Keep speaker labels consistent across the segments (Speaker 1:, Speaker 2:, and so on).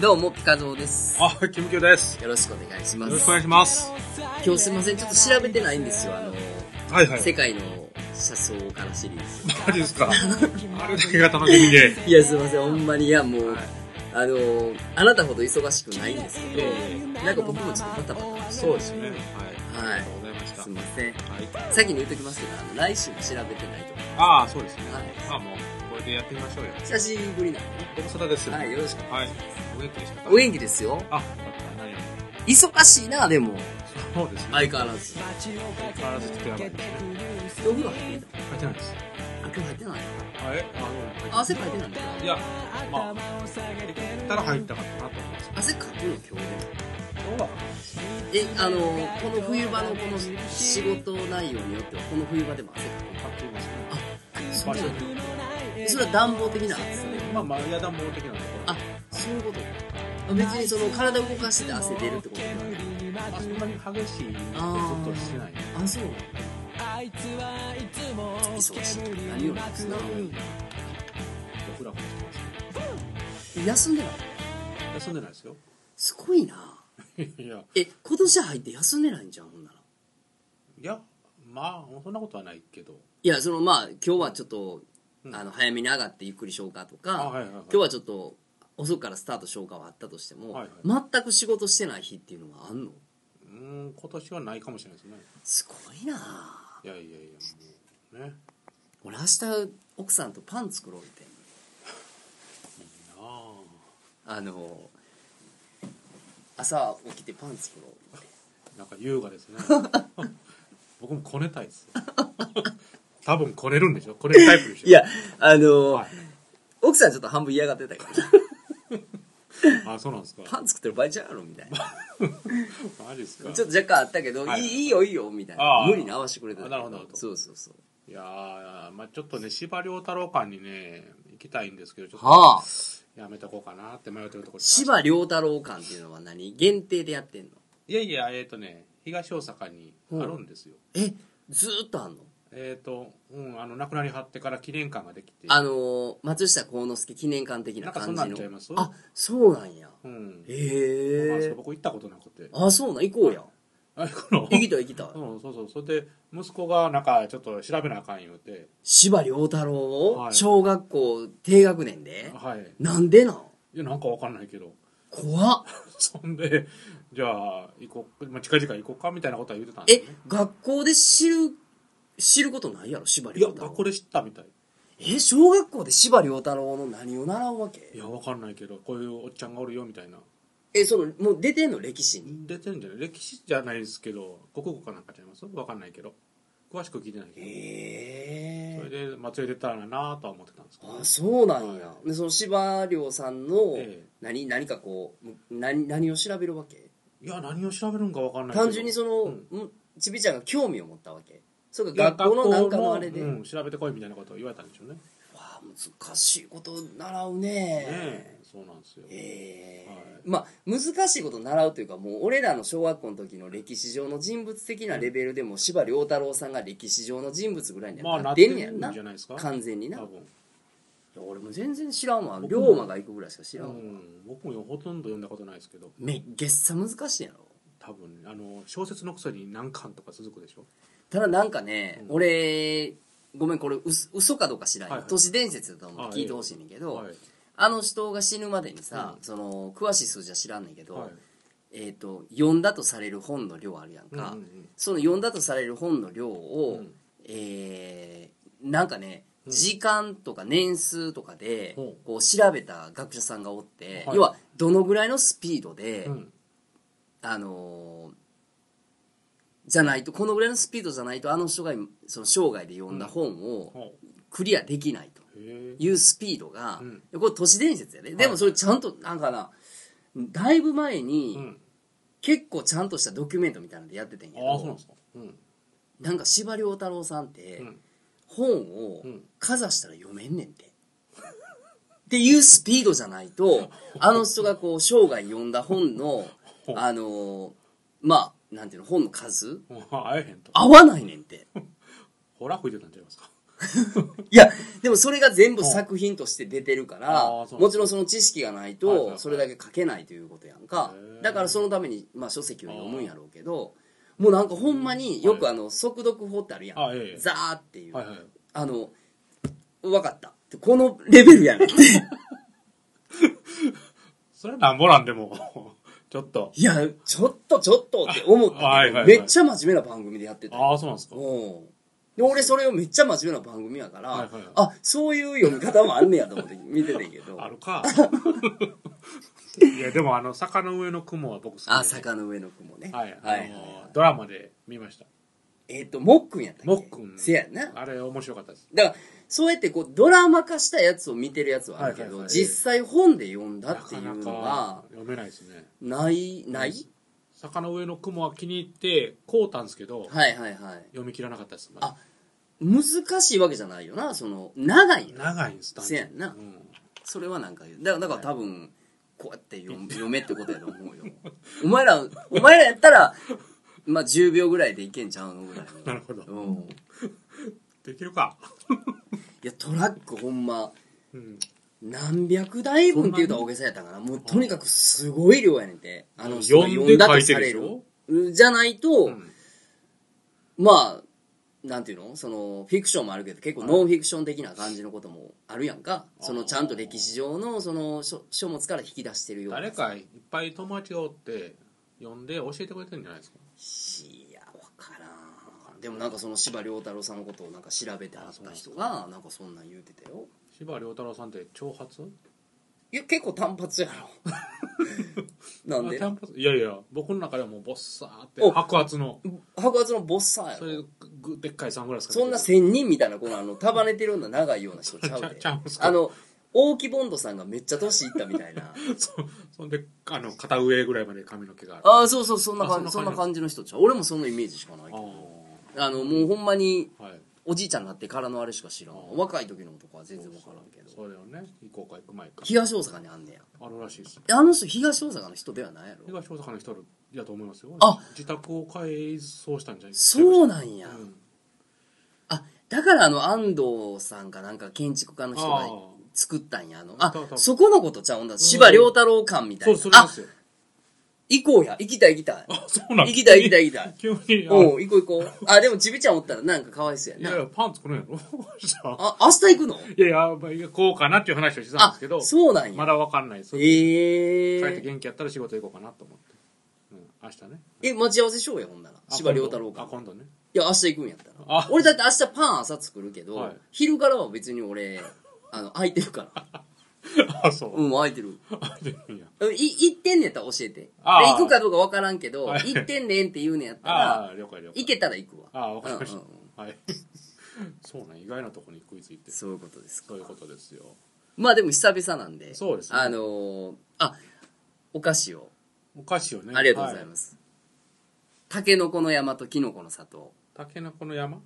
Speaker 1: どうも、ピカゾウです。
Speaker 2: あ、キムキョウです。
Speaker 1: よろしくお願いしま
Speaker 2: よ
Speaker 1: す。
Speaker 2: ろしくお願いします。
Speaker 1: 今日すいません、ちょっと調べてないんですよ。あの、
Speaker 2: はいは
Speaker 1: 世
Speaker 2: い。
Speaker 1: 界の車窓からシリー
Speaker 2: マジです か。あれだけが楽しみで。
Speaker 1: ズ。い や、すいません、ほんまに、いや、もう、
Speaker 2: はい
Speaker 1: あの、あなたほど忙しくないんですけど、
Speaker 2: え
Speaker 1: なんか僕もちょっとバタバタして
Speaker 2: そうですね。はい。
Speaker 1: はい
Speaker 2: ありがとうございました。
Speaker 1: す
Speaker 2: はい
Speaker 1: ません。先に言っときますけど、あの、来週も調べてないと思いま
Speaker 2: ああ、そうですね
Speaker 1: はい。
Speaker 2: まあもう、これでやってみましょうよ。
Speaker 1: す。久しぶりなんでね。
Speaker 2: ご無沙汰ですよ。
Speaker 1: はい、よろしく。
Speaker 2: はい。お元気でしたか
Speaker 1: お元気ですよ。
Speaker 2: あ、よかった。何より
Speaker 1: 忙しいな、でも。
Speaker 2: そうですね。
Speaker 1: 相変わらず。
Speaker 2: 変わらずちょっとやばいですね。
Speaker 1: お風呂入ってた
Speaker 2: 入ってないです。
Speaker 1: あ、今日入ってない
Speaker 2: あえあの
Speaker 1: あ、汗かいてないんだ
Speaker 2: いや、まあ、できたら入ったかったなと思いま
Speaker 1: 汗
Speaker 2: す。
Speaker 1: かくの今日でも。
Speaker 2: 今日は
Speaker 1: えあのこの冬場のこの仕事内容によってはこの冬場でも汗か
Speaker 2: 買っています
Speaker 1: くそ
Speaker 2: ね。
Speaker 1: うなんだそれは暖房的な暑さで
Speaker 2: まあ、まあ、野談棒的なところ。
Speaker 1: あそういうことあ別にその体動かして汗出るってことではない
Speaker 2: まあ、そんなに激しいこと
Speaker 1: あ
Speaker 2: ちょっとしてない。
Speaker 1: ーあそうなんだ忙しい時何よりですな
Speaker 2: ふらふらしてます。
Speaker 1: 休んでない
Speaker 2: 休んでないですよ。
Speaker 1: すごいない
Speaker 2: や、
Speaker 1: え今年入って休んでないんじゃんほんなら
Speaker 2: いや、まあ、そんなことはないけど。
Speaker 1: いやそのまあ今日はちょっと、
Speaker 2: うん
Speaker 1: あの早めに上がってゆっくり消化とか、
Speaker 2: あはいはいはい
Speaker 1: 今日はちょっと遅くからスタート消化はあったとしても、
Speaker 2: はい
Speaker 1: 全く仕事してない日っていうのはあんの
Speaker 2: うーん、今年はないかもしれないですね。
Speaker 1: すごいない
Speaker 2: やいやいや、もう、ね。
Speaker 1: 俺明日奥さんとパン作ろうって
Speaker 2: ああ。
Speaker 1: あの朝起きてパン作ろうって
Speaker 2: なんか優雅ですね。 僕もこねたいです。多分こねるんでしょこねるタイプでしょ
Speaker 1: い、やあの、
Speaker 2: はい、
Speaker 1: 奥さんちょっと半分嫌がってた から
Speaker 2: あ、そうなんですか。
Speaker 1: パン作ってる場合ちゃうやろみた いな
Speaker 2: マジですか。
Speaker 1: ちょっと若干あったけど、、
Speaker 2: はいい
Speaker 1: いいいよいいよみたいな
Speaker 2: あー
Speaker 1: 無理に合わせてくれてたけ
Speaker 2: なるほどなるほど
Speaker 1: そうそうそう
Speaker 2: いやー、まあちょっとね、司馬遼太郎館にね、行きたいんですけど、ちょっと
Speaker 1: はあ
Speaker 2: やめとこうかなって迷ってるところです。
Speaker 1: 芝良太郎館っていうのは何限定でやってんの
Speaker 2: いやいや、えっ、とね、東大阪にあるんですよ。
Speaker 1: えずーっとあんの
Speaker 2: えっ、と、うん、あの、亡くなりはってから記念館ができて、
Speaker 1: あのー、松下幸之助記念館的な感じの
Speaker 2: なんかそんなんちゃいます
Speaker 1: あそうなんや
Speaker 2: うん。
Speaker 1: へ
Speaker 2: あそ
Speaker 1: え
Speaker 2: こ僕行ったことなくて。
Speaker 1: あそうなん行こうや
Speaker 2: あ、この、
Speaker 1: 行きたい行きたい
Speaker 2: うん、そうそう。それで、息子がなんか、ちょっと調べなあかん言うて、
Speaker 1: 芝良太郎を
Speaker 2: はい
Speaker 1: 小学校低学年で、
Speaker 2: はい。
Speaker 1: なんでなん
Speaker 2: いや、なんかわかんないけど。
Speaker 1: 怖っ
Speaker 2: そんで、じゃあ、行こう、まあ、近々行こうかみたいなことは言ってたんです
Speaker 1: え
Speaker 2: よね。
Speaker 1: 学校で知る知ることないやろ芝
Speaker 2: いや、
Speaker 1: 良太
Speaker 2: 学
Speaker 1: 郎
Speaker 2: 校で知ったみたい。
Speaker 1: え小学校で芝良太郎の何を習うわ
Speaker 2: い
Speaker 1: け
Speaker 2: や、わかんないけど、こういうおっちゃんがおるよみたいな。
Speaker 1: えそのもう出てんの歴史に
Speaker 2: 出てるんじゃない歴史じゃないですけど国語かなんかちゃいますわかんないけど詳しく聞いてないけど、
Speaker 1: へえ
Speaker 2: それでまあ連れてったらなあとは思ってたんですけど
Speaker 1: あそうなんやでその司馬遼さんの
Speaker 2: ええ
Speaker 1: 何何かこう何何を調べるわけ
Speaker 2: いや何を調べるんかわかんないけど
Speaker 1: 単純にその、
Speaker 2: うん
Speaker 1: うんちびちゃんが興味を持ったわけそう
Speaker 2: い
Speaker 1: か
Speaker 2: や
Speaker 1: 学校のなんかのあれで、
Speaker 2: 学校のうん、調べてこいみたいなことを言われたんでしょうねね
Speaker 1: わあ難しいこと習うね
Speaker 2: えそうなんですよ
Speaker 1: ええ
Speaker 2: はい
Speaker 1: まあ難しいこと習うというかもう俺らの小学校の時の歴史上の人物的なレベルでも司馬遼太郎さんが歴史上の人物ぐらいに
Speaker 2: ま
Speaker 1: は
Speaker 2: あ
Speaker 1: な
Speaker 2: な
Speaker 1: っ
Speaker 2: ってて
Speaker 1: んねや
Speaker 2: る
Speaker 1: ん
Speaker 2: ん
Speaker 1: な,、
Speaker 2: じゃないですか
Speaker 1: 完全にな
Speaker 2: 多分、
Speaker 1: いや俺も全然知らんわ龍
Speaker 2: 僕も
Speaker 1: 馬が行くぐらいしか知
Speaker 2: う
Speaker 1: らんわ、
Speaker 2: ん、僕もほとんど読んだことないですけど
Speaker 1: めげっさ難しいやろ
Speaker 2: 多分あの小説のくせに何巻とか続くでしょ
Speaker 1: ただなんかね、
Speaker 2: うん
Speaker 1: 俺ごめんこれうす嘘かどうか知らんよ、
Speaker 2: はいはい
Speaker 1: 都市伝説だと思って聞いてほしいねんだけど、
Speaker 2: はい
Speaker 1: あの人が死ぬまでにさ、
Speaker 2: うん
Speaker 1: その詳しい数字は知らんねんけど、
Speaker 2: はい
Speaker 1: えっと読んだとされる本の量あるやんか、
Speaker 2: うんうんうん
Speaker 1: その読んだとされる本の量を、
Speaker 2: うん
Speaker 1: えーなんかね、
Speaker 2: うん
Speaker 1: 時間とか年数とかで
Speaker 2: ほう
Speaker 1: こう調べた学者さんがおって、
Speaker 2: はい
Speaker 1: 要はどのぐらいのスピードで、
Speaker 2: うん
Speaker 1: あのーじゃないとこのぐらいのスピードじゃないとあの人がその生涯で読んだ本を
Speaker 2: ほう
Speaker 1: クリアできないと
Speaker 2: へえ
Speaker 1: いうスピードが、
Speaker 2: うん
Speaker 1: これ都市伝説やで、でもそれちゃんとなんかなだいぶ前に、
Speaker 2: うん、
Speaker 1: 結構ちゃんとしたドキュメントみたいなのでやっててんやけ
Speaker 2: ああそうな
Speaker 1: ど
Speaker 2: んですかうん
Speaker 1: なんか司馬遼太郎さんって、
Speaker 2: うん
Speaker 1: 本を
Speaker 2: うん
Speaker 1: かざしたら読めんねんて。っていうスピードじゃない と、あの人がこう、生涯読んだ本の、あのーまあ、なんていうの、本の数、
Speaker 2: もう会えへんと
Speaker 1: 合わないねんて。
Speaker 2: ほら吹いてたんちゃいますか
Speaker 1: いや、でもそれが全部作品として出てるから
Speaker 2: あー、そう
Speaker 1: もちろんその知識がない
Speaker 2: はいはいは
Speaker 1: と、
Speaker 2: い
Speaker 1: それだけ書けないということやんか
Speaker 2: へ。ー
Speaker 1: だからそのために、まあ書籍を読むんやろうけど、もうなんかほんまによくあの、速読法ってあるやん
Speaker 2: あ。ええ
Speaker 1: ザーっていう。
Speaker 2: はいはい
Speaker 1: あの、わかった。このレベルや なって。
Speaker 2: それなんぼなんでも ちょっと
Speaker 1: いや、ちょっとちょっとって思ったけど、
Speaker 2: はいはいはい
Speaker 1: めっちゃ真面目な番組でやってた。
Speaker 2: ああそうなんですか
Speaker 1: うん。で、俺それをめっちゃ真面目な番組やから、
Speaker 2: はいはいはい
Speaker 1: あ、そういう読み方もあんねやと思って見ててんけど。
Speaker 2: ある かいやでもあの坂の上の雲は僕好きで
Speaker 1: あ、坂の上の雲ね。
Speaker 2: はい、
Speaker 1: はい、
Speaker 2: あのドラマで見ました
Speaker 1: えっ、と、もっくんやったっけ
Speaker 2: もっくん
Speaker 1: せやな。
Speaker 2: あれ面白かったです
Speaker 1: だから、そうやってこう、ドラマ化したやつを見てるやつはあるけど、
Speaker 2: はいはいはい
Speaker 1: 実際本で読んだ
Speaker 2: な
Speaker 1: ってい
Speaker 2: か
Speaker 1: う
Speaker 2: な
Speaker 1: の
Speaker 2: か
Speaker 1: は、
Speaker 2: 読めないですね
Speaker 1: ない、ない、
Speaker 2: 坂の上の雲は気に入って買うたんですけど、
Speaker 1: はいはいはい。
Speaker 2: 読み切らなかったです
Speaker 1: あ難しいわけじゃないよな、その、長いよな
Speaker 2: 長いんです単純に
Speaker 1: せやんな
Speaker 2: うん
Speaker 1: それはなんか言うだからだから多分こうやって読む読めってことやと思うよお前らお前らやったらまあ10秒ぐらいでいけんちゃうのぐらい
Speaker 2: なるほど
Speaker 1: のうん
Speaker 2: できるか
Speaker 1: いやトラックほんま
Speaker 2: うん
Speaker 1: 何百台分って言うと大げさやったからもうとにかくすごい量やねんてあの人が
Speaker 2: 読んで書
Speaker 1: 読ん
Speaker 2: いて
Speaker 1: だとさ
Speaker 2: る
Speaker 1: れ
Speaker 2: でしょ
Speaker 1: るじゃないと、
Speaker 2: うん
Speaker 1: まあなんていうのそのフィクションもあるけど結構ノンフィクション的な感じのこともあるやんかそのちゃんと歴史上のその書書物から引き出してるような
Speaker 2: 誰かいっぱい友達がおって呼んで教えてくれてるんじゃないですか
Speaker 1: いやわからんでもなんかその司馬遼太郎さんのことをなんか調べてあった人がなんかそんなん言うてたよ
Speaker 2: 司馬遼太郎さんって長髪
Speaker 1: いや結構単発や ろなんで
Speaker 2: あ短髪いやいや僕の中ではもうボッサーって
Speaker 1: お
Speaker 2: 白髪の
Speaker 1: 白髪のボッサーや
Speaker 2: そうい
Speaker 1: ろ
Speaker 2: うぐでっかいサングラスかけて
Speaker 1: そんな仙人みたいなこのあの束ねてるような長いような人ちゃうで
Speaker 2: ちゃちゃうんすか
Speaker 1: あの大木ボンドさんがめっちゃ年いったみたい な
Speaker 2: そそんであの肩上ぐらいまで髪の毛がある
Speaker 1: ああそうそうそんな感じ
Speaker 2: あ
Speaker 1: そ
Speaker 2: そ
Speaker 1: ん
Speaker 2: ん
Speaker 1: な
Speaker 2: な感じ
Speaker 1: 感じの人ちゃう俺もそのイメージしかないけ
Speaker 2: あ
Speaker 1: ど
Speaker 2: ー
Speaker 1: あのもうほんまに
Speaker 2: はい
Speaker 1: おじいちゃんになってからのあれしか知ら
Speaker 2: あ
Speaker 1: ん
Speaker 2: ー
Speaker 1: 若い時のとかは全然分からんけど
Speaker 2: それをね行こうか行く前か
Speaker 1: 東大阪にあんねや
Speaker 2: あるらしいです
Speaker 1: あの人東大阪の人ではないやろ
Speaker 2: 東大阪の人やと思いますよ
Speaker 1: あ
Speaker 2: 自宅を改装したんじゃない
Speaker 1: そうなんや、
Speaker 2: うん
Speaker 1: あだからあの安藤さんかなんか建築家の人が
Speaker 2: ああ
Speaker 1: 作ったんやあの
Speaker 2: 多
Speaker 1: あ
Speaker 2: 分
Speaker 1: そこのことちゃうんだ司馬遼太郎館みた
Speaker 2: そ
Speaker 1: いうな
Speaker 2: それで
Speaker 1: あ
Speaker 2: すよ
Speaker 1: 行こうや行きたい行きたい
Speaker 2: あそうなん
Speaker 1: 行きたい行きたい行きたい
Speaker 2: 急にあ
Speaker 1: おう行こう行こうあでもちびちゃんおったらなんかかわいそう
Speaker 2: い
Speaker 1: や
Speaker 2: や
Speaker 1: ない
Speaker 2: やパン作るんやろじゃあ
Speaker 1: あ明日行くの
Speaker 2: いやいやまあ行こうかなっていう話をしてたんで
Speaker 1: あ
Speaker 2: すけど
Speaker 1: そうなんや、
Speaker 2: まだわかんないです、
Speaker 1: ええ
Speaker 2: 帰って元気やったら仕事行こうかなと思って、うん、明日ね
Speaker 1: え待ち合わせしようやほんなら
Speaker 2: あ
Speaker 1: 司馬遼太郎
Speaker 2: 今度あ
Speaker 1: 館
Speaker 2: 今度ね
Speaker 1: いや明日行くんやったら
Speaker 2: あ
Speaker 1: 俺だって明日パン朝作るけど、
Speaker 2: はい
Speaker 1: 昼からは別に俺あの空いてるから
Speaker 2: あそう、
Speaker 1: うん、空いてる。
Speaker 2: あでいいや
Speaker 1: い、行ってんねやったら教えて。で
Speaker 2: あー
Speaker 1: 行くかどうか分からんけど、
Speaker 2: はい
Speaker 1: 行ってんねんって言うねんやった
Speaker 2: あ
Speaker 1: ら、
Speaker 2: あ了解了解
Speaker 1: 行けたら行くわ。
Speaker 2: ああわかりました、
Speaker 1: うんうんうん
Speaker 2: はい そうね意外なとこに食いついて
Speaker 1: そういうことですか
Speaker 2: そういうことですよ
Speaker 1: まあでも久々なんで、
Speaker 2: そうですね
Speaker 1: あのーあ、お菓子を。
Speaker 2: お菓子をね、
Speaker 1: ありがとうございますす。たけのこの山ときのこの里。
Speaker 2: はい、タケノコの山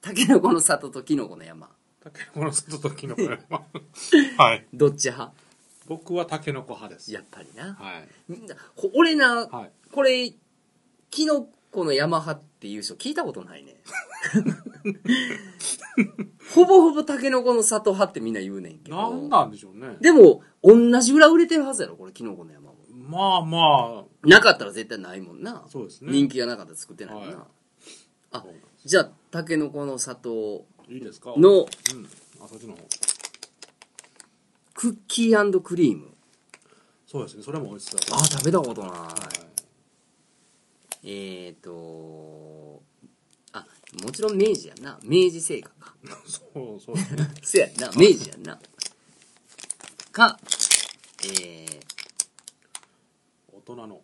Speaker 1: たけのこの里ときのこの山。
Speaker 2: タケノコの里とキノコの山 はい
Speaker 1: どっち派
Speaker 2: 僕はタケノコ派です
Speaker 1: やっぱりな。
Speaker 2: はい
Speaker 1: みんなほ俺な、
Speaker 2: はい
Speaker 1: これ、きのこの山派っていう人聞いたことないね。 ほぼほぼタケノコの里派ってみんな言うねんけど。
Speaker 2: なんなんでしょうね
Speaker 1: でも、同じぐらい売れてるはずやろ、これ、キノコの山も。
Speaker 2: まあま
Speaker 1: なかったら絶対ないもんな。
Speaker 2: そうですね
Speaker 1: 人気がなかったら作ってないもんな。
Speaker 2: はい
Speaker 1: あ
Speaker 2: あ、
Speaker 1: じゃあ、タケノコの里
Speaker 2: いいですかうん
Speaker 1: の
Speaker 2: あそっちの方
Speaker 1: クッキークリーム。
Speaker 2: そうですねそれも美味しそう
Speaker 1: あ、食べたことな。
Speaker 2: はい
Speaker 1: えーと、あ、もちろん明治やんな。明治製菓か。
Speaker 2: いそうそうです ね
Speaker 1: せやんな、明治やんな。か、えー、
Speaker 2: 大人の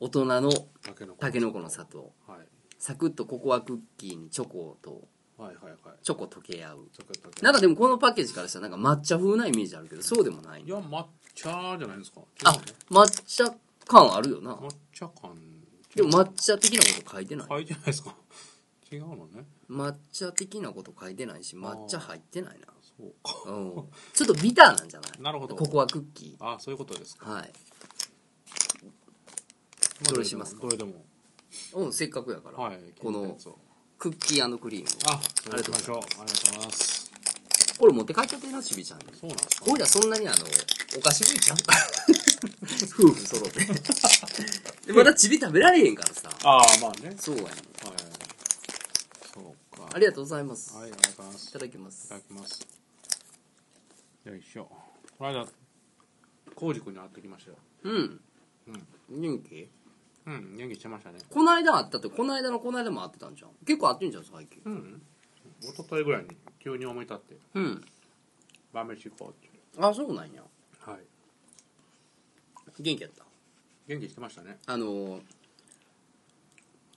Speaker 1: 大人の
Speaker 2: タケノコ
Speaker 1: タケノコの里。
Speaker 2: はい
Speaker 1: サクッとココアクッキーにチョコと、
Speaker 2: はいはいはい
Speaker 1: チョコ溶け合う。
Speaker 2: ちょっとだけ
Speaker 1: なんかでもこのパッケージからしたらなんか抹茶風なイメージあるけど、そうでもない
Speaker 2: い。や抹茶じゃないですか
Speaker 1: あ、抹茶感あるよな。
Speaker 2: 抹茶感
Speaker 1: でも抹茶的なこと書いてない。
Speaker 2: 書いてないですか 違うのね
Speaker 1: 抹茶的なこと書いてないし、抹茶入ってないな。
Speaker 2: そうか
Speaker 1: うん。ちょっとビターなんじゃない
Speaker 2: なるほど
Speaker 1: ココアクッキ
Speaker 2: あそういうことですか
Speaker 1: ー。はい。
Speaker 2: まあ
Speaker 1: どれしますか
Speaker 2: どれでも
Speaker 1: うん、せっかくやから。
Speaker 2: はい
Speaker 1: この
Speaker 2: 気になるやつを
Speaker 1: クッキークリーム
Speaker 2: あそうしましょうありがとうございます
Speaker 1: これ持って帰っちゃっていなちびちゃんに
Speaker 2: そうなんですか
Speaker 1: おいらそんなにあのお菓子食い ちゃう夫婦揃ってでまだちび食べられへんからさ
Speaker 2: ああまあね
Speaker 1: そうやね
Speaker 2: はいそうか
Speaker 1: ありがとうございます、
Speaker 2: はい
Speaker 1: い、
Speaker 2: ありがとうございます
Speaker 1: ただきま
Speaker 2: い
Speaker 1: す
Speaker 2: ただきますよいしょこの間浩二君に会ってきましたよ
Speaker 1: うん
Speaker 2: うん
Speaker 1: 人気
Speaker 2: うん元気してましたね
Speaker 1: この間あったってこの間のこの間も会ってたんじゃん結構会ってんじゃん最近
Speaker 2: うん一昨日ぐらいに急に思い立って
Speaker 1: うん
Speaker 2: 晩飯行こうって
Speaker 1: あそうなんや
Speaker 2: はい
Speaker 1: 元気やった
Speaker 2: 元気してましたね
Speaker 1: あのー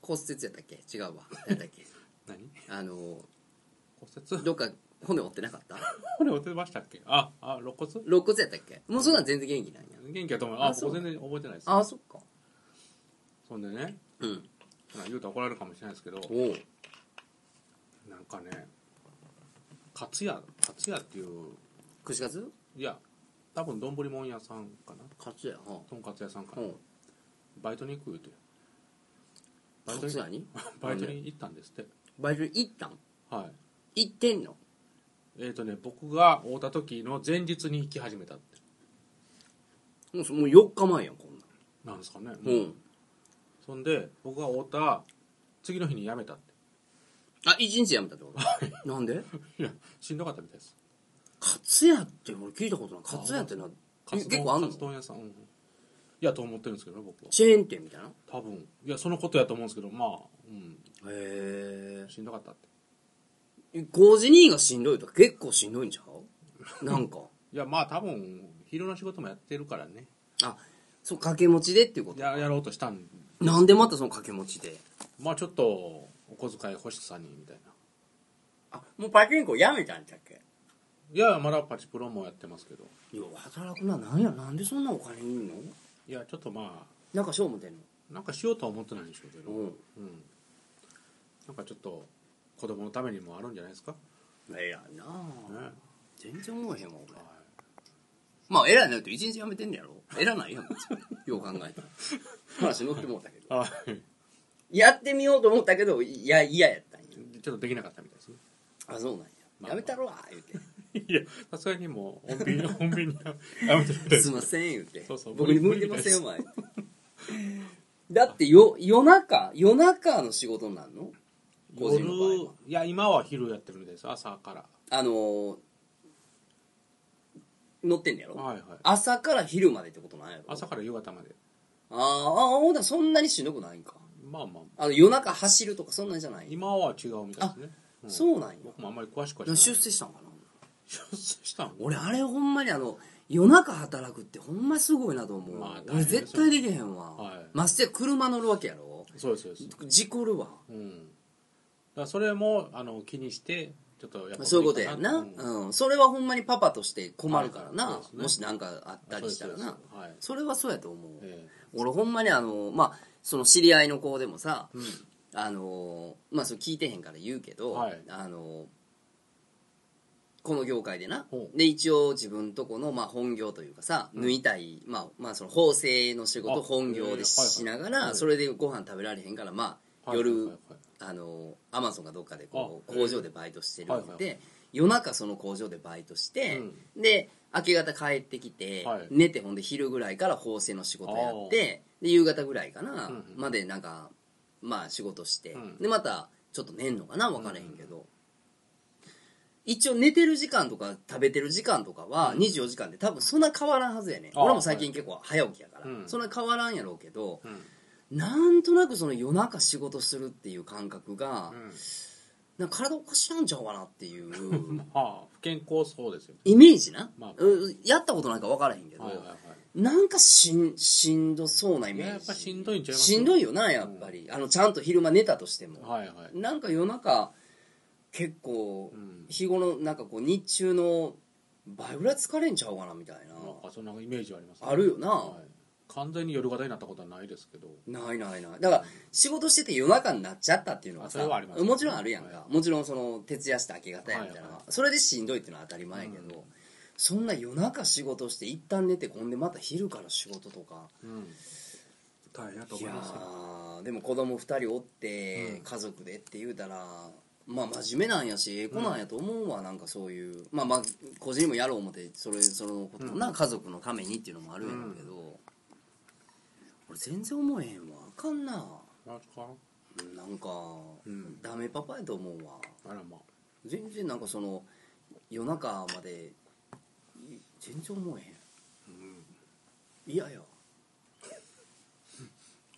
Speaker 1: 骨折やったっけ違うわ何だっ け
Speaker 2: 何
Speaker 1: あの
Speaker 2: 骨
Speaker 1: ー
Speaker 2: 折
Speaker 1: どっか骨折ってなかった
Speaker 2: 骨折ってましたっけああ肋骨
Speaker 1: 肋骨やったっけもうそんなん全然元気なんや
Speaker 2: 元気やと思うあ
Speaker 1: あそう
Speaker 2: 僕全然覚えてないです
Speaker 1: あそっか
Speaker 2: そんでね
Speaker 1: うん
Speaker 2: まあ言うと怒られるかもしれないですけど
Speaker 1: おう
Speaker 2: なんかねかつやかつやっていう
Speaker 1: 串カツ
Speaker 2: いや多分丼もん屋さんかな
Speaker 1: カツやは
Speaker 2: とんかつ屋さんか
Speaker 1: う
Speaker 2: な、
Speaker 1: ん
Speaker 2: バイトに行くって
Speaker 1: バイトやに
Speaker 2: バイトに行ったんですって
Speaker 1: バイト行ったん
Speaker 2: はい
Speaker 1: 行ってんの
Speaker 2: えっ、とね僕が会うた時の前日に行き始めたって
Speaker 1: もうそもう4日前やんこんなん
Speaker 2: なんですかね、
Speaker 1: うん
Speaker 2: そんで僕が会うた次の日に辞めたって
Speaker 1: あ一1日やめたってことなんで
Speaker 2: いやしんどかったみたいです
Speaker 1: カツやって俺聞いたことないカツやってな
Speaker 2: カツ
Speaker 1: 結
Speaker 2: 丼
Speaker 1: 構あんの
Speaker 2: カツ丼屋さん、うん、いやと思ってるんですけどね僕は
Speaker 1: チェーン店みたいな
Speaker 2: 多分いやそのことやと思うんですけどまあうん
Speaker 1: へ
Speaker 2: しんどかったって
Speaker 1: え工事人がしんどいとか結構しんどいんちゃうなんか
Speaker 2: いやまあ多分昼の仕事もやってるからね
Speaker 1: あそう掛け持ちでっていうこと
Speaker 2: ややろうとしたん
Speaker 1: なんでまたその掛け持ちで
Speaker 2: まあちょっとお小遣い欲しさにみたいな
Speaker 1: あもうパチンコやめたんじゃっけ
Speaker 2: いやまだパチプロもやってますけど
Speaker 1: よう働くななんやなんでそんなお金いんの
Speaker 2: いやちょっとま
Speaker 1: なんか賞も出んの
Speaker 2: あなんかしようとは思ってないんでしょうけど、
Speaker 1: うん
Speaker 2: うんなんかちょっと子供のためにもあるんじゃないですか、ね
Speaker 1: 偉いなあ全然思えへんわ俺
Speaker 2: はい
Speaker 1: まあ偉いなって一日やめてんねやろ偉ないやん よう考え たら話乗ってもうたけど
Speaker 2: はい
Speaker 1: やってみようと思ったけどいや嫌やったんや
Speaker 2: ちょっとできなかったみたいですね
Speaker 1: あそうなんややめたろわ言うて
Speaker 2: いやさすがにもう穏便 穏便にやめてくれ
Speaker 1: すいません言うて
Speaker 2: そうそう
Speaker 1: 僕に向いてませんお
Speaker 2: 無
Speaker 1: 前だってよ夜中夜中の仕事になるの個人の場合
Speaker 2: 夜
Speaker 1: はい
Speaker 2: や今は昼やってるみたいです朝から
Speaker 1: あのー、乗ってんねやろ、
Speaker 2: はいはい
Speaker 1: 朝から昼までってことなんやろ
Speaker 2: 朝から夕方まで
Speaker 1: あーあほんならそんなにしんどくないんか
Speaker 2: まあまあ
Speaker 1: あの夜中走るとかそんなんじゃない、
Speaker 2: 今は違うみたいですね、うん
Speaker 1: そうなんや
Speaker 2: 僕もあんまり詳しくは
Speaker 1: 出
Speaker 2: 知ら
Speaker 1: 世
Speaker 2: ない
Speaker 1: したんかな
Speaker 2: 出世したの
Speaker 1: 俺あれほんまにあの夜中働くってほんますごいなと思う、
Speaker 2: まあ
Speaker 1: 俺絶対できへんわ、
Speaker 2: はい
Speaker 1: ましてや車乗るわけやろ
Speaker 2: そうですそうです
Speaker 1: 事故るわ
Speaker 2: うんだからそれもあの気にしてちょっとやっぱ
Speaker 1: そういうことやんな、
Speaker 2: う
Speaker 1: うんんそれはほんまにパパとして困るからな、
Speaker 2: はいそうですね
Speaker 1: もし何かあったりしたら
Speaker 2: そう
Speaker 1: な
Speaker 2: ですそうですはい
Speaker 1: それはそうやと思う、
Speaker 2: え
Speaker 1: 俺ほんまにあのまあその知り合いの子でもさ、
Speaker 2: え
Speaker 1: あのまあそれ聞いてへんから言うけど、
Speaker 2: はい
Speaker 1: あのこの業界でな
Speaker 2: ほう
Speaker 1: で一応自分とこの、まあ、本業というかさ、
Speaker 2: うん
Speaker 1: 縫いたい、まあまあ、その縫製の仕事
Speaker 2: あ
Speaker 1: を本業
Speaker 2: へえ
Speaker 1: でしながら、
Speaker 2: はいはい
Speaker 1: それでご飯食べられへんからまあ
Speaker 2: はい
Speaker 1: 夜、
Speaker 2: はいはいはい
Speaker 1: あのアマゾンかどっかでこ
Speaker 2: あ
Speaker 1: う
Speaker 2: へえ
Speaker 1: 工場でバイトしてる
Speaker 2: は
Speaker 1: ん
Speaker 2: いは
Speaker 1: で夜中その工場でバイトして、
Speaker 2: う
Speaker 1: で明け方帰ってきて、
Speaker 2: はい
Speaker 1: 寝てほんで昼ぐらいから縫製の仕事やってで夕方ぐらいかな、
Speaker 2: うんうん
Speaker 1: までなんかまあ仕事して、
Speaker 2: うん
Speaker 1: でまたちょっと寝んのかな分からへんけど、一応寝てる時間とか食べてる時間とかは24時間で多分そんな変わらんはずやね
Speaker 2: あー
Speaker 1: 俺も最近結構早起きやから、
Speaker 2: うん
Speaker 1: そんな変わらんやろうけど、
Speaker 2: うん
Speaker 1: なんとなくその夜中仕事するっていう感覚が、
Speaker 2: うん
Speaker 1: なんか体おかしなんちゃうかなっていう
Speaker 2: まあ不健康そうですよ
Speaker 1: イメージな、
Speaker 2: まあ
Speaker 1: うんやったことなんか分からへんけど、
Speaker 2: はいはいはい
Speaker 1: なんかしんしんどそうなイ
Speaker 2: い
Speaker 1: メージ
Speaker 2: ややっぱしんどいんちゃいます
Speaker 1: しんどいよなやっぱり、あのちゃんと昼間寝たとしても、
Speaker 2: はいはい
Speaker 1: なんか夜中結構
Speaker 2: うん
Speaker 1: 日頃のなんかこう日中の倍ぐらい疲れんちゃうかなみたいな、
Speaker 2: なんかそんなイメージはあります
Speaker 1: あるよな、
Speaker 2: はい完全に夜型になったことはないですけど
Speaker 1: ないないないだから仕事してて夜中になっちゃったっていうのは
Speaker 2: あそ
Speaker 1: さ
Speaker 2: れはありますね
Speaker 1: もちろんあるやんか、
Speaker 2: は
Speaker 1: もちろんその徹夜して明け方やみたいな、
Speaker 2: はいはい
Speaker 1: それでしんどいっていうのは当たり前やけど、そんな夜中仕事して一旦寝てこんでまた昼から仕事とか
Speaker 2: うん大変やと
Speaker 1: い
Speaker 2: 思い
Speaker 1: や
Speaker 2: ますよ
Speaker 1: ーでも子供二人おって、
Speaker 2: うん
Speaker 1: 家族でって言うたらまあ真面目なんやしええ子なんやと思うわ、なんかそういうまあまあ個人もやろう思ってそれそのこと、
Speaker 2: うん
Speaker 1: な家族のためにっていうのもあるんやろうけど、俺全然思えへんわあかんな
Speaker 2: マジか
Speaker 1: なんか、
Speaker 2: うん
Speaker 1: ダメパパやと思うわ
Speaker 2: あらまあ
Speaker 1: 全然なんかその夜中までい全然思えへ
Speaker 2: うん
Speaker 1: ん嫌やや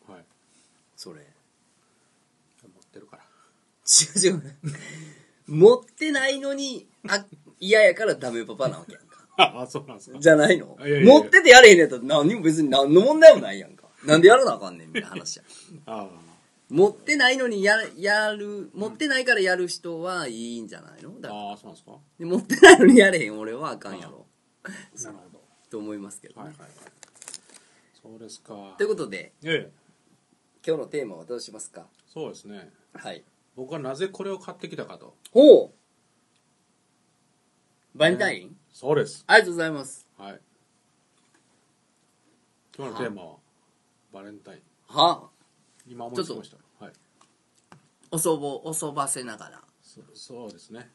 Speaker 2: はい
Speaker 1: それ
Speaker 2: 持ってるから
Speaker 1: 違う違う。持ってないのに、あ、嫌やからダメパパなわけやんか。
Speaker 2: ああそうなんですか
Speaker 1: じゃないの
Speaker 2: いやいやいや
Speaker 1: 持っててやれへんねやったら何にも別に何の問題もないやんか。なんでやらなあかんねんみたいな話や。
Speaker 2: あ
Speaker 1: 持ってないのにや、やる、持ってないからやる人はいいんじゃないの
Speaker 2: あ
Speaker 1: だ
Speaker 2: ああそうなんですか
Speaker 1: で持ってないのにやれへん俺はあかんやろ。
Speaker 2: なるほ
Speaker 1: と思いますけど、
Speaker 2: ど
Speaker 1: ね
Speaker 2: はいはいはいそうですか
Speaker 1: ということで、
Speaker 2: ええ
Speaker 1: 今日のテーマはどうしますか
Speaker 2: そうですね
Speaker 1: はい。
Speaker 2: 僕はなぜこれを買ってきたかと
Speaker 1: ほうバレンタイン、
Speaker 2: そうです
Speaker 1: ありがとうございます。
Speaker 2: はい今日のテーマはバレンタイン
Speaker 1: は
Speaker 2: 今思いつきましたはい
Speaker 1: おそぼ、おそばせながら。
Speaker 2: そそうですね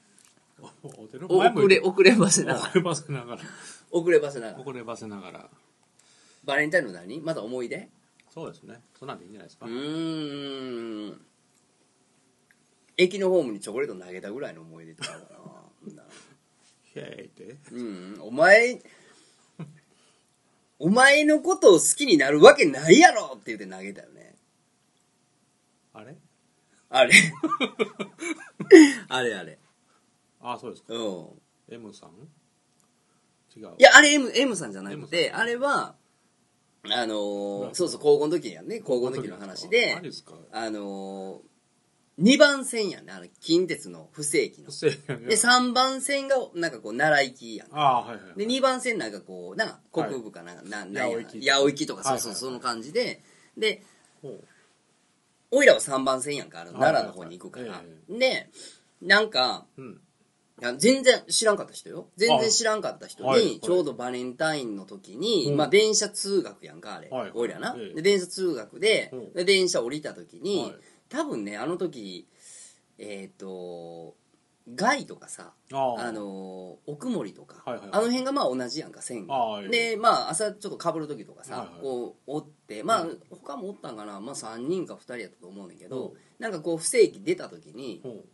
Speaker 2: おお手の前も
Speaker 1: 遅れ、遅ればせながら
Speaker 2: 遅。ればせながら
Speaker 1: 遅ればせながら。
Speaker 2: 遅ればせながら
Speaker 1: バレンタインの何まだ思い出
Speaker 2: そうですねそんなんでいいんじゃないです
Speaker 1: う
Speaker 2: か
Speaker 1: ーん。駅のホームにチョコレート投げたぐらいの思い出とかだなそんな。
Speaker 2: ひえいって
Speaker 1: うん、お前、お前のことを好きになるわけないやろって言って投げたよね。
Speaker 2: あれ
Speaker 1: あれ。あれあれ。
Speaker 2: あそうですか
Speaker 1: うん。
Speaker 2: M さん違う
Speaker 1: いや、あれ M, M さんじゃなく
Speaker 2: M
Speaker 1: て、
Speaker 2: さん
Speaker 1: あれは、あの
Speaker 2: な
Speaker 1: ー
Speaker 2: ん、
Speaker 1: そうそう、高校の時やんね。高校の時の話で。
Speaker 2: マジですか
Speaker 1: あのー、2番線やね、あの、近鉄の不正規の
Speaker 2: 不。正解
Speaker 1: で、3番線が、なんかこう、奈良行きやん。
Speaker 2: ああーはいはい
Speaker 1: で、2番線なんかこう、なんか、国部かなんか、な、なんや
Speaker 2: 八百行き
Speaker 1: 八百行きとか、
Speaker 2: はい
Speaker 1: そ
Speaker 2: は
Speaker 1: う
Speaker 2: い
Speaker 1: そう、その感じで、で、
Speaker 2: ほう
Speaker 1: おいらは3番線やんか、あの、
Speaker 2: はいはい
Speaker 1: 奈良の方に行くから
Speaker 2: え。
Speaker 1: で、なんか、
Speaker 2: うん
Speaker 1: いや全然知らんかった人よ。全然知らんかった人
Speaker 2: はいはい
Speaker 1: に、ちょうどバレンタインの時に、
Speaker 2: うん
Speaker 1: まあ電車通学やんか、あれ。
Speaker 2: はい
Speaker 1: おいらな。
Speaker 2: ええ
Speaker 1: で、電車通学で
Speaker 2: うん、
Speaker 1: で電車降りた時に、
Speaker 2: はい
Speaker 1: 多分ね、あの時、えっ、と、ガイとかさ、
Speaker 2: あー
Speaker 1: あのー、奥森とか、
Speaker 2: はいはいは
Speaker 1: あ
Speaker 2: い
Speaker 1: の辺がまあ同じやんか、線が。
Speaker 2: あーええ
Speaker 1: で、まあ朝ちょっとかぶる時とかさ、
Speaker 2: はいはい
Speaker 1: こう、おって、まあ
Speaker 2: うん
Speaker 1: 他もおったんかな、まあ3人か2人やったと思うねんだけど、
Speaker 2: うん
Speaker 1: なんかこう、不正規出た時に、
Speaker 2: ほ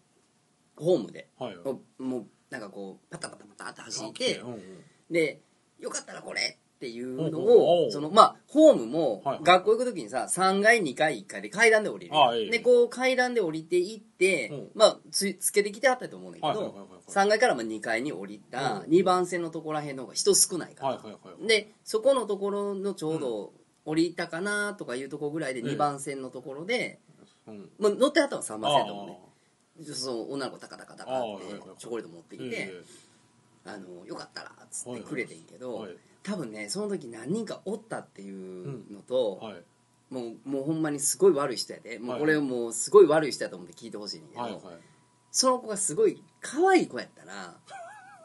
Speaker 1: ホームで、
Speaker 2: うはいはい
Speaker 1: もうもうなんかこうパタパタパタって走っ
Speaker 2: あ来
Speaker 1: て
Speaker 2: うんうん
Speaker 1: で「よかったらこれ!」っていうの
Speaker 2: おうおうお
Speaker 1: を
Speaker 2: う
Speaker 1: そのまあホームも
Speaker 2: はいはい
Speaker 1: 学校行く時にさ3階2階1階で階段で降りる
Speaker 2: ああいい
Speaker 1: でこう階段で降りていって
Speaker 2: うん
Speaker 1: まあつつけてきてあったと思うんだけ
Speaker 2: はいはいはい
Speaker 1: ど
Speaker 2: はい
Speaker 1: 3階からまあ2階に降りた
Speaker 2: うん
Speaker 1: 2番線のところらへんの方が人少ないから
Speaker 2: はいはいはいはい
Speaker 1: でそこのところのちょうど降りたかなとかいうところぐらいで
Speaker 2: ええ
Speaker 1: 2番線のところで、
Speaker 2: うん
Speaker 1: まあ、乗ってはったの3
Speaker 2: あ
Speaker 1: 番線
Speaker 2: あ
Speaker 1: だもんねその女の子タカタカタカ
Speaker 2: あ
Speaker 1: っ
Speaker 2: あはいはい
Speaker 1: て
Speaker 2: はい
Speaker 1: チョコレート持ってきて、
Speaker 2: え
Speaker 1: あのよかったらっつっ
Speaker 2: は
Speaker 1: て
Speaker 2: いはい
Speaker 1: くれてんけ
Speaker 2: え
Speaker 1: ど、
Speaker 2: はい
Speaker 1: 多分ねその時何人かおったっていうのと、
Speaker 2: はい
Speaker 1: もうもうほんまにすごい悪い人やでもう
Speaker 2: はい
Speaker 1: これもうすごい悪い人やと思って聞いてほしいねんだけど、
Speaker 2: はいはい
Speaker 1: その子がすごい可愛い子やった らあ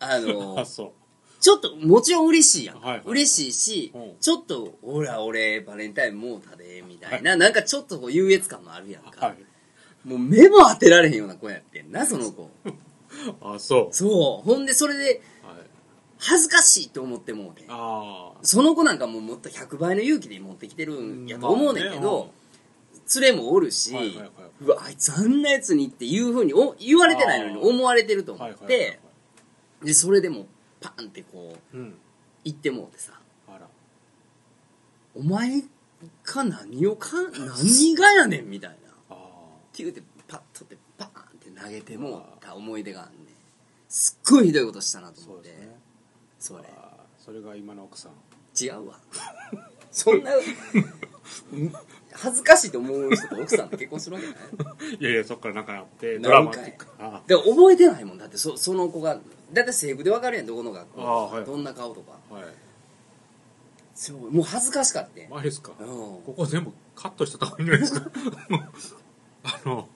Speaker 2: あ
Speaker 1: の
Speaker 2: そ
Speaker 1: ちょっともちろん嬉しいやん、
Speaker 2: はいはい
Speaker 1: 嬉しいし、
Speaker 2: うん
Speaker 1: ちょっと「ほら俺バレンタインもうたで」みたいな、なんかちょっとこう優越感もあるやん
Speaker 2: う
Speaker 1: か、
Speaker 2: はい
Speaker 1: もう目も当てられへんような子やってんなその 子
Speaker 2: あそう
Speaker 1: そうほんでそれで
Speaker 2: はい
Speaker 1: 恥ずかしいと思ってもうて
Speaker 2: ああ
Speaker 1: その子なんかもうもっと100倍の勇気で持ってきてるんやと思うねんけど、連れもおるし、
Speaker 2: はいはいはいう
Speaker 1: わあいつあんなやつにっていうふうにお言われてないのに
Speaker 2: あー
Speaker 1: 思われてると思
Speaker 2: は
Speaker 1: っ
Speaker 2: い
Speaker 1: て、
Speaker 2: はいはいはい
Speaker 1: でそれでもうパンってこう
Speaker 2: うん
Speaker 1: 行ってもうてさ
Speaker 2: あら
Speaker 1: 「お前か何をか何がやねん」みたいなっ
Speaker 2: ああ
Speaker 1: て言うてパッとってパーンって投げてもうた思い出があんねんすっごいひどいことしたなと
Speaker 2: そ
Speaker 1: 思っ
Speaker 2: うで
Speaker 1: て
Speaker 2: すね
Speaker 1: それ
Speaker 2: ああそれが今の奥さん
Speaker 1: 違うわそんな恥ずかしいと思う人と奥さんと結婚するわけない
Speaker 2: いやいやそっから仲良って
Speaker 1: な
Speaker 2: ド
Speaker 1: る
Speaker 2: ラ
Speaker 1: ん
Speaker 2: マ
Speaker 1: かい
Speaker 2: ティックあ
Speaker 1: で覚えてないもんだってそその子がだって制服で分かるやんどこの学校とか
Speaker 2: ああはい
Speaker 1: どんな顔とか
Speaker 2: あはい
Speaker 1: すごいもう恥ずかしかって、
Speaker 2: マジですか
Speaker 1: うん
Speaker 2: ここ全部カットしたとこいいんじゃないですか あの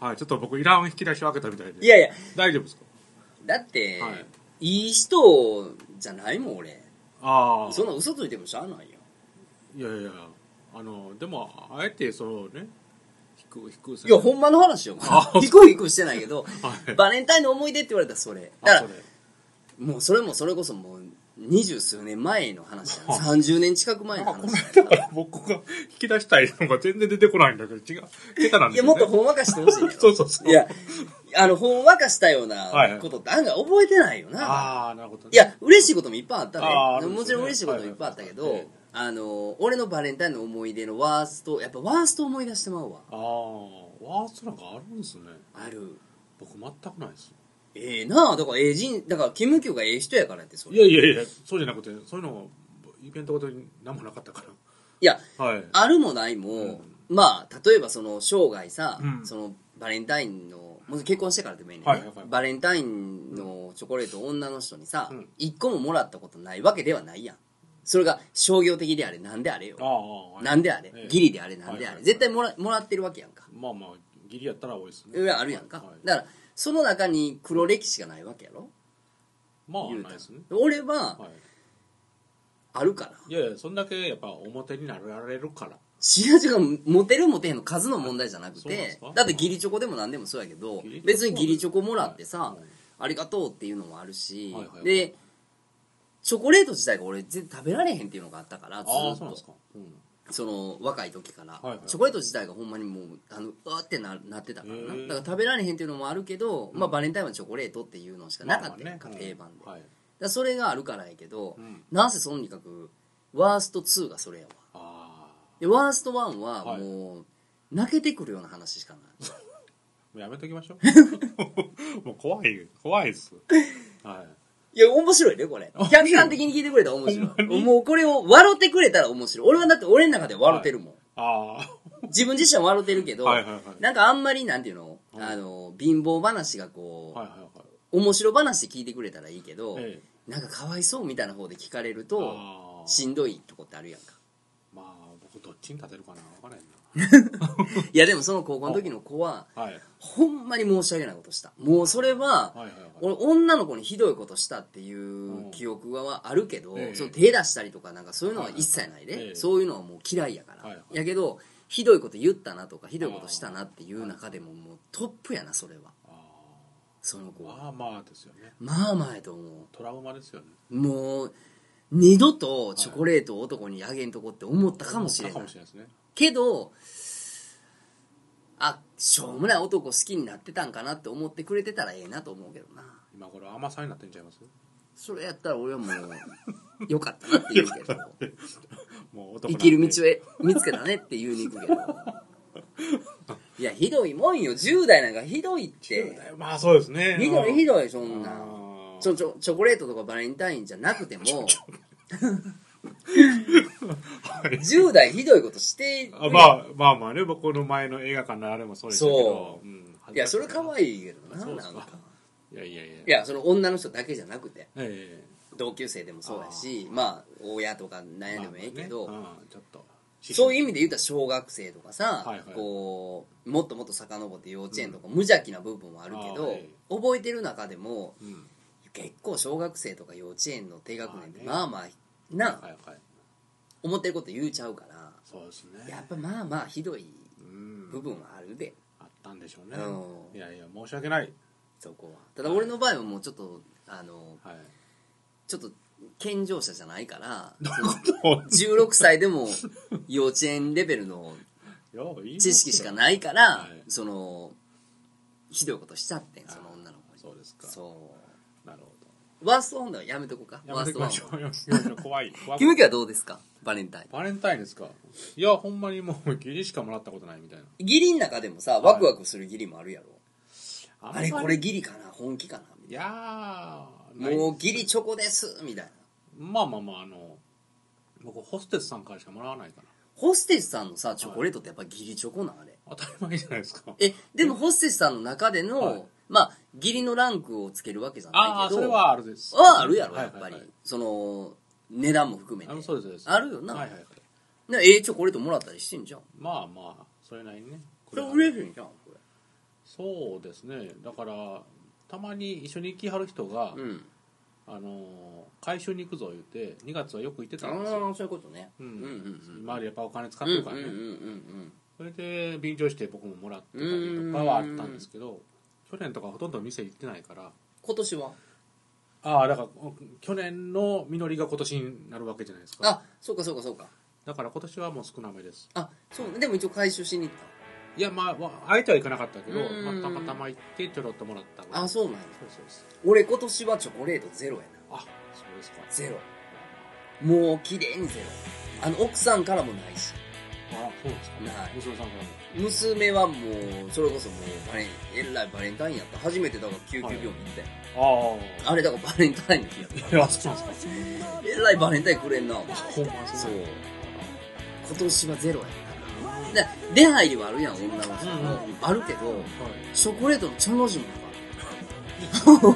Speaker 2: はいちょっと僕イラン引き出しを開けたみたいで
Speaker 1: いやいや
Speaker 2: 大丈夫ですか
Speaker 1: だって、
Speaker 2: はい
Speaker 1: い、い人じゃないもん俺
Speaker 2: ああ
Speaker 1: そんな嘘ついてもしゃあないよ
Speaker 2: いやいやあのでもあえてそのね低く低く
Speaker 1: いや、ほんまの話よ。
Speaker 2: あ
Speaker 1: 低い低いしてないけど、
Speaker 2: はい
Speaker 1: バレンタインの思い出って言われたらそれ。だ
Speaker 2: あ
Speaker 1: か
Speaker 2: そ
Speaker 1: ら
Speaker 2: れ、
Speaker 1: もうそれもそれこそもう、二十数年前の話や
Speaker 2: はあ
Speaker 1: 30年近く前の
Speaker 2: なんかこの
Speaker 1: 話。
Speaker 2: 間から僕が引き出したいのが全然出てこないんだけど違う下手なん
Speaker 1: い
Speaker 2: で
Speaker 1: や、
Speaker 2: すよ、ね、
Speaker 1: もっとほんわかしてほしいのよ
Speaker 2: そうそうそう
Speaker 1: いや、あの、ほんわかしたよう
Speaker 2: はいは
Speaker 1: ないことって案外覚えてないよな。
Speaker 2: ああなるほどね、
Speaker 1: いや、嬉しいこともいっぱいあった
Speaker 2: あーあ
Speaker 1: ね。
Speaker 2: るんですね
Speaker 1: もちろん嬉しいこともいっぱいあったけ
Speaker 2: はいは
Speaker 1: ど
Speaker 2: い、
Speaker 1: あの、俺のバレンタインの思い出のワースト、やっぱワースト思い出してまうわ。
Speaker 2: ああワーストなんかあるんですね
Speaker 1: ある。
Speaker 2: 僕全くないです
Speaker 1: ええなあ、だからええ人、だから、キムキョがええ人やからって、それ。
Speaker 2: いやいやいやそうじゃなくてそういうのイベントごとに何もなかったか
Speaker 1: いや、
Speaker 2: らはい
Speaker 1: あるもないも、
Speaker 2: うん
Speaker 1: まあ例えばその生涯さ、
Speaker 2: うん
Speaker 1: そのバレンタインのもう結婚してからでもいいね、
Speaker 2: はいはいはい
Speaker 1: バレンタインのチョコレートを女の人にさ、
Speaker 2: うん
Speaker 1: 一個ももらったことないわけではないやんそれが商業的であれなんであれよ
Speaker 2: ああ、はい
Speaker 1: なんであれ、
Speaker 2: ええ
Speaker 1: ギリであれなんであれ、
Speaker 2: はいはい
Speaker 1: 絶対もらもらってるわけやんか
Speaker 2: まあまあギリやったら多いですね
Speaker 1: いやあるやんか、
Speaker 2: はい
Speaker 1: だからその中に黒歴史がないわけやろ
Speaker 2: まあ
Speaker 1: 言うた
Speaker 2: ない
Speaker 1: ら
Speaker 2: ですね
Speaker 1: 俺は
Speaker 2: は
Speaker 1: あるから
Speaker 2: いいやいやそんだけやっぱ表になられるから
Speaker 1: 違う違うモテるモテへんの数の問題じゃなく
Speaker 2: そうなんで
Speaker 1: て
Speaker 2: すか
Speaker 1: だって義理チョコでも何でもそうやけど
Speaker 2: 義理チョコ
Speaker 1: 別に義理チョコもらってさ、
Speaker 2: はい
Speaker 1: ありがとうっていうのもあるし、
Speaker 2: はいはい
Speaker 1: でチョコレート自体が俺全然食べられへんっていうのがあったからず
Speaker 2: あ
Speaker 1: ー
Speaker 2: あ
Speaker 1: っ
Speaker 2: そうなんで
Speaker 1: と
Speaker 2: すか、
Speaker 1: その若い時から、
Speaker 2: いはい
Speaker 1: チョコレート自体がほんまにもうあのうわーってななってたからな
Speaker 2: へー
Speaker 1: だから食べられへんっていうのもあるけど、まあ、バレンタインはチョコレートっていうのしかなかったやんか、
Speaker 2: まあまあね
Speaker 1: 定番で、だか
Speaker 2: はい
Speaker 1: らそれがあるからやけど、
Speaker 2: うん
Speaker 1: なんせそのにかくワースト2がそれやわ
Speaker 2: ああ
Speaker 1: でワースト1は
Speaker 2: はい
Speaker 1: もう泣けてくるような話しかない、
Speaker 2: もうやめときましょ うもう怖い怖いっすはい
Speaker 1: い、や面白いねこれ客観的に聞いてくれたら面白いもうこれを笑ってくれたら面白い俺はだって俺の中では笑ってるもん、
Speaker 2: あ
Speaker 1: 自分自身は笑ってるけ
Speaker 2: あ
Speaker 1: ど、
Speaker 2: はいはいはい
Speaker 1: なんかあんまりなんていうの,、
Speaker 2: うん
Speaker 1: あの貧乏話がこう、
Speaker 2: はいはいはい
Speaker 1: 面白話で聞いてくれたらいいけど、
Speaker 2: ええ
Speaker 1: なんかかわいそうみたいな方で聞かれると
Speaker 2: あー
Speaker 1: しんどいとこってあるやんか
Speaker 2: まあ僕どっちに立てるかな分からへん
Speaker 1: いやでもその高校の時の子は
Speaker 2: な、はい、はい
Speaker 1: ほんまに申し訳ないことしたもうそれは、
Speaker 2: はいはい
Speaker 1: 俺女の子にひどいことしたっていう記憶はあるけど、
Speaker 2: ええ
Speaker 1: その手出したりとかなんかそういうのは一切ないで、
Speaker 2: はいはいええ
Speaker 1: そういうのはもう嫌いやから、
Speaker 2: はいはい
Speaker 1: やけどひどいこと言ったなとかひどいことしたなっていう中でももうトップやなそれは
Speaker 2: あ
Speaker 1: その子は
Speaker 2: ーまあまあですよね
Speaker 1: まあまあやと思
Speaker 2: トラウマですよね
Speaker 1: うもう二度とチョコレートを男にあげんとこって思ったかもしれない
Speaker 2: かもしれないですね
Speaker 1: けどあしょうもない男好きになってたんかなって思ってくれてたらええなと思うけどな
Speaker 2: 今頃甘さになってんちゃいます
Speaker 1: それやったら俺はもう よかったなって言うけど
Speaker 2: もう男
Speaker 1: 生
Speaker 2: なんで
Speaker 1: きる道をえ見つけたねって言うに行くけど いやひどいもんよ10代なんかひどいっ
Speaker 2: そう
Speaker 1: て
Speaker 2: だよまあそうですね
Speaker 1: ひどいひどいそ
Speaker 2: うん
Speaker 1: な
Speaker 2: ん
Speaker 1: ちょちょチョコレートとかバレンタインじゃなくても
Speaker 2: はい
Speaker 1: 10代ひどいことして
Speaker 2: あまあまあまあね僕の前の映画館のあれもそうでしたけど
Speaker 1: そ
Speaker 2: うん恥ずかし
Speaker 1: いやそれ可愛いけどな
Speaker 2: そうで
Speaker 1: な
Speaker 2: す
Speaker 1: ん
Speaker 2: か
Speaker 1: か
Speaker 2: いやいやいや
Speaker 1: いやその女の人だけじゃなくて
Speaker 2: え
Speaker 1: 同級生でもそうだしまあ親とか
Speaker 2: え
Speaker 1: 悩んでもええけど、
Speaker 2: まあまあねうんちょっと
Speaker 1: そういう意味で言うたら小学生とかさ、
Speaker 2: はいはい
Speaker 1: こうもっともっと遡って幼稚園とか無邪気な部分もあるけ
Speaker 2: あー
Speaker 1: ど
Speaker 2: はい、
Speaker 1: 覚えてる中でも
Speaker 2: うん
Speaker 1: 結構小学生とか幼稚園の低学年で
Speaker 2: まあね
Speaker 1: まあまあな
Speaker 2: はいはい
Speaker 1: 思ってること言うちゃうから
Speaker 2: そうですね
Speaker 1: やっぱまあまあひどい
Speaker 2: うん
Speaker 1: 部分はあるで
Speaker 2: あったんでしょうね
Speaker 1: うん
Speaker 2: いやいや申し訳ない
Speaker 1: そこはただ俺の場合はもうちょっとあの
Speaker 2: はい
Speaker 1: ちょっと健常者じゃないから
Speaker 2: と
Speaker 1: 16歳でも幼稚園レベルの知識しか
Speaker 2: い
Speaker 1: ないから、
Speaker 2: はい
Speaker 1: そのひどいことしちゃってんその女の子に
Speaker 2: そうですか
Speaker 1: そ
Speaker 2: なるほ
Speaker 1: うワーストオンではやめとこうか
Speaker 2: どやめてきましょ
Speaker 1: ワース
Speaker 2: うやめてきましょう 怖い
Speaker 1: ト
Speaker 2: 怖
Speaker 1: オ
Speaker 2: い
Speaker 1: ンキムキはどうですかバレンタイン
Speaker 2: バレンタインですかいやほんまにもう義理しかもらったことないみたいな
Speaker 1: ギリの中でもさ
Speaker 2: い
Speaker 1: ワクワクするギリもあるやろ、
Speaker 2: あん
Speaker 1: あ
Speaker 2: ま
Speaker 1: れ
Speaker 2: り
Speaker 1: これギリかな本気かない
Speaker 2: やーない
Speaker 1: もうギリチョコですみたいな
Speaker 2: まあまあまああの僕ホステスさんからしかもらわないか
Speaker 1: ホステスさんのさチョコレートってやっぱギリチョコなんあれ
Speaker 2: ら当たり前じゃないですか
Speaker 1: えでもホステスさんの中での、
Speaker 2: はい
Speaker 1: まあ義理のランクをつけるわけじゃ
Speaker 2: あ
Speaker 1: な
Speaker 2: あ
Speaker 1: いけど
Speaker 2: それはあるです
Speaker 1: ああるやろ
Speaker 2: はい
Speaker 1: やっ
Speaker 2: は
Speaker 1: ぱり、
Speaker 2: いはい
Speaker 1: その値段も含めて
Speaker 2: あのそうですそうです
Speaker 1: あるよな
Speaker 2: はいはいはい
Speaker 1: ねええチョコレートもらったりしてんじゃん
Speaker 2: まあまあそれなりにね
Speaker 1: それ嬉しいじゃんこれ
Speaker 2: そうですねだからたまに一緒に行きはる人が、
Speaker 1: うん
Speaker 2: あのー回収に行くぞ言って2月はよく行って
Speaker 1: あ
Speaker 2: たんですよ、
Speaker 1: あそういうことね
Speaker 2: うん
Speaker 1: うんうん
Speaker 2: 周りやっぱお金使
Speaker 1: う
Speaker 2: っ
Speaker 1: んうん
Speaker 2: てるからね、
Speaker 1: うんうん
Speaker 2: それで便乗して僕ももらってたりとかはあったんですけど去年とかほとんど店行ってないから
Speaker 1: 今年は
Speaker 2: ああだから去年の実りが今年になるわけじゃないですか
Speaker 1: あそうかそうかそうか
Speaker 2: だから今年はもう少なめです
Speaker 1: あそうねでも一応回収しに行っ
Speaker 2: いやまあわあえてはいかなかったけど、
Speaker 1: うん
Speaker 2: まあ、たまたま行ってちょろっともらったぐら
Speaker 1: た
Speaker 2: い
Speaker 1: あそうなんや
Speaker 2: そうそうです
Speaker 1: 俺今年はチョコレートゼロやな
Speaker 2: あそうですか
Speaker 1: ゼロもう綺麗にゼロあの奥さんからもないし
Speaker 2: あそうですか、ね
Speaker 1: はい
Speaker 2: 娘さんからも
Speaker 1: 娘はもうそれこそもうバレンえらいバレンタインやった初めてだから救急病院行ったよ、
Speaker 2: あ
Speaker 1: あれだからバレンタインの日やっ
Speaker 2: あいやそうなんですか
Speaker 1: たえらいバレンタインくれんな
Speaker 2: ほんまそう
Speaker 1: そう今年はゼロやったなだ出入りはあるやん女の人
Speaker 2: うんう
Speaker 1: も、
Speaker 2: ん
Speaker 1: あるけど
Speaker 2: はい
Speaker 1: チョコレートの茶の字もなかっ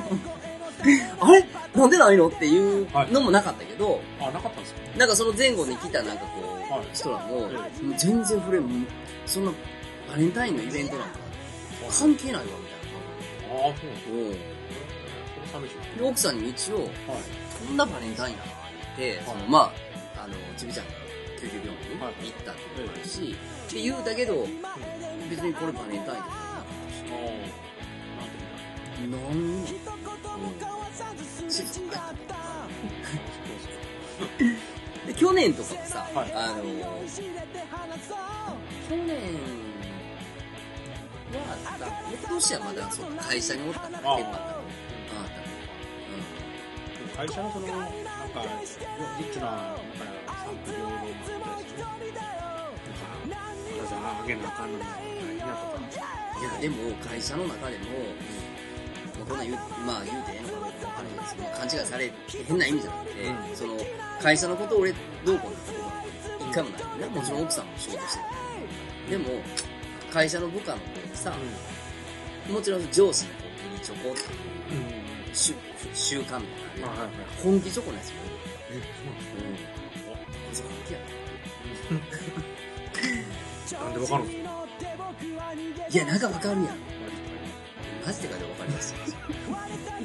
Speaker 1: た あれなんでないのっていうのもなかったけど、
Speaker 2: あなかったんですか
Speaker 1: なんかその前後に来たなんかこう、
Speaker 2: はい
Speaker 1: 人らも、
Speaker 2: え
Speaker 1: もう全然触れんそんなバレンタインのイベントなんか関係ないわみ
Speaker 2: あそうなんです
Speaker 1: たいな、
Speaker 2: それ寂しい
Speaker 1: で奥さんに一応
Speaker 2: はい
Speaker 1: こんなバレンタインなのって、そのまああのちびちゃんが救急病院に行
Speaker 2: はい
Speaker 1: ったっていうのもあるし、で言うだけど別にこれバレンタインとか
Speaker 2: ああなんていう
Speaker 1: なんもうんで去年とかもさ、
Speaker 2: はい
Speaker 1: あの去年はだ今年はまだそう会社におったから
Speaker 2: ああ
Speaker 1: 結構あったのねあああったのうん
Speaker 2: んだ会社のそのなんかリッチななんか産婦両方みたいなですねなんか私はあげなあかんのにいやとか
Speaker 1: いやでも会社の中でも、まあ、こんなん言うまあ言うてええのかどうかわからないですけど勘違いされて変な意味じゃなくて、
Speaker 2: う
Speaker 1: その会社のことを俺どうこうなんてことは一回もないねもちろん奥さんも仕事してるでも会社の部下の子にさ、もちろん上司の子にチョコっていう
Speaker 2: うん
Speaker 1: 習習慣みたいなのあるやん、
Speaker 2: まあはいはい
Speaker 1: 本気チョコのやつも
Speaker 2: えそうなんです
Speaker 1: 多いうんこいつ本気やな
Speaker 2: なんでわかるんですか
Speaker 1: いやなんかわかるやんマジでかでわかり ますよ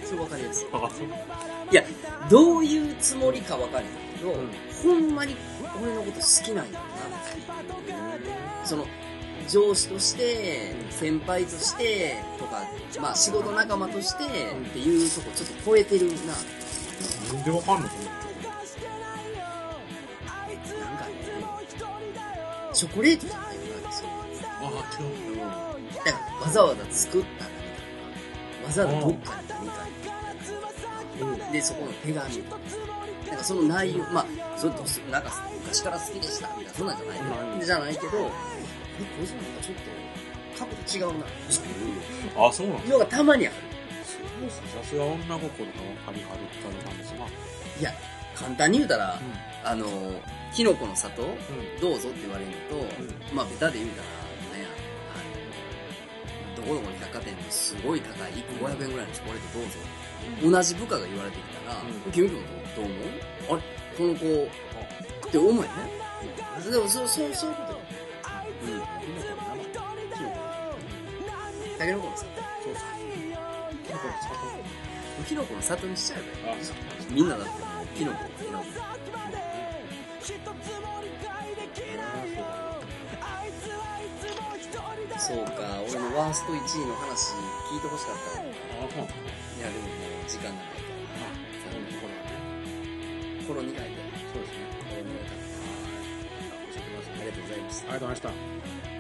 Speaker 1: それわかります
Speaker 2: あそう
Speaker 1: いやどういうつもりかわかんないけど、
Speaker 2: うん
Speaker 1: ほんまに俺のこと好きなんやろなっていうその上司として先輩としてとか、まあ、仕事仲間としてっていうとこちょっと超えてるな
Speaker 2: なんでわかんの
Speaker 1: なんかねチョコレートじゃないよなそう
Speaker 2: ああ違う
Speaker 1: うんだからわざわざ作ったんだみたいなわざわざどっかに何か行ったでそこの手紙なんかその内容まあそれとなんか昔から好きでしたみたいなそんなんじゃない
Speaker 2: うん
Speaker 1: のじゃないけどえこいつなんかちょっと過去と違うなって
Speaker 2: あそうなん
Speaker 1: いうのがたまにある
Speaker 2: さすが女心の神がある方なんですが
Speaker 1: いや簡単に言うたら、あのキノコの里
Speaker 2: ん
Speaker 1: どうぞって言われるのと、まあベタで言うたらねあのどこどこの百貨店のすごい高い1個500円ぐらいのチョコレートどうぞ、同じ部下が言われてきたら
Speaker 2: う
Speaker 1: 「君、君どう思うあれこの子」って思うよね、でもそうそうそういうことようんキノコタケノコの里
Speaker 2: そうかキノコの
Speaker 1: キノコの里にしちゃえばいい
Speaker 2: 里あそうか
Speaker 1: みんなだってもうキノコキノコそうか俺のワースト1位の話聞いてほしかったわい
Speaker 2: あそう
Speaker 1: やでももう時間がないから残念心苦いで
Speaker 2: そうですね
Speaker 1: 心苦かっ
Speaker 2: 教えてくださ
Speaker 1: たありが
Speaker 2: い
Speaker 1: とうございました
Speaker 2: ありがとうございました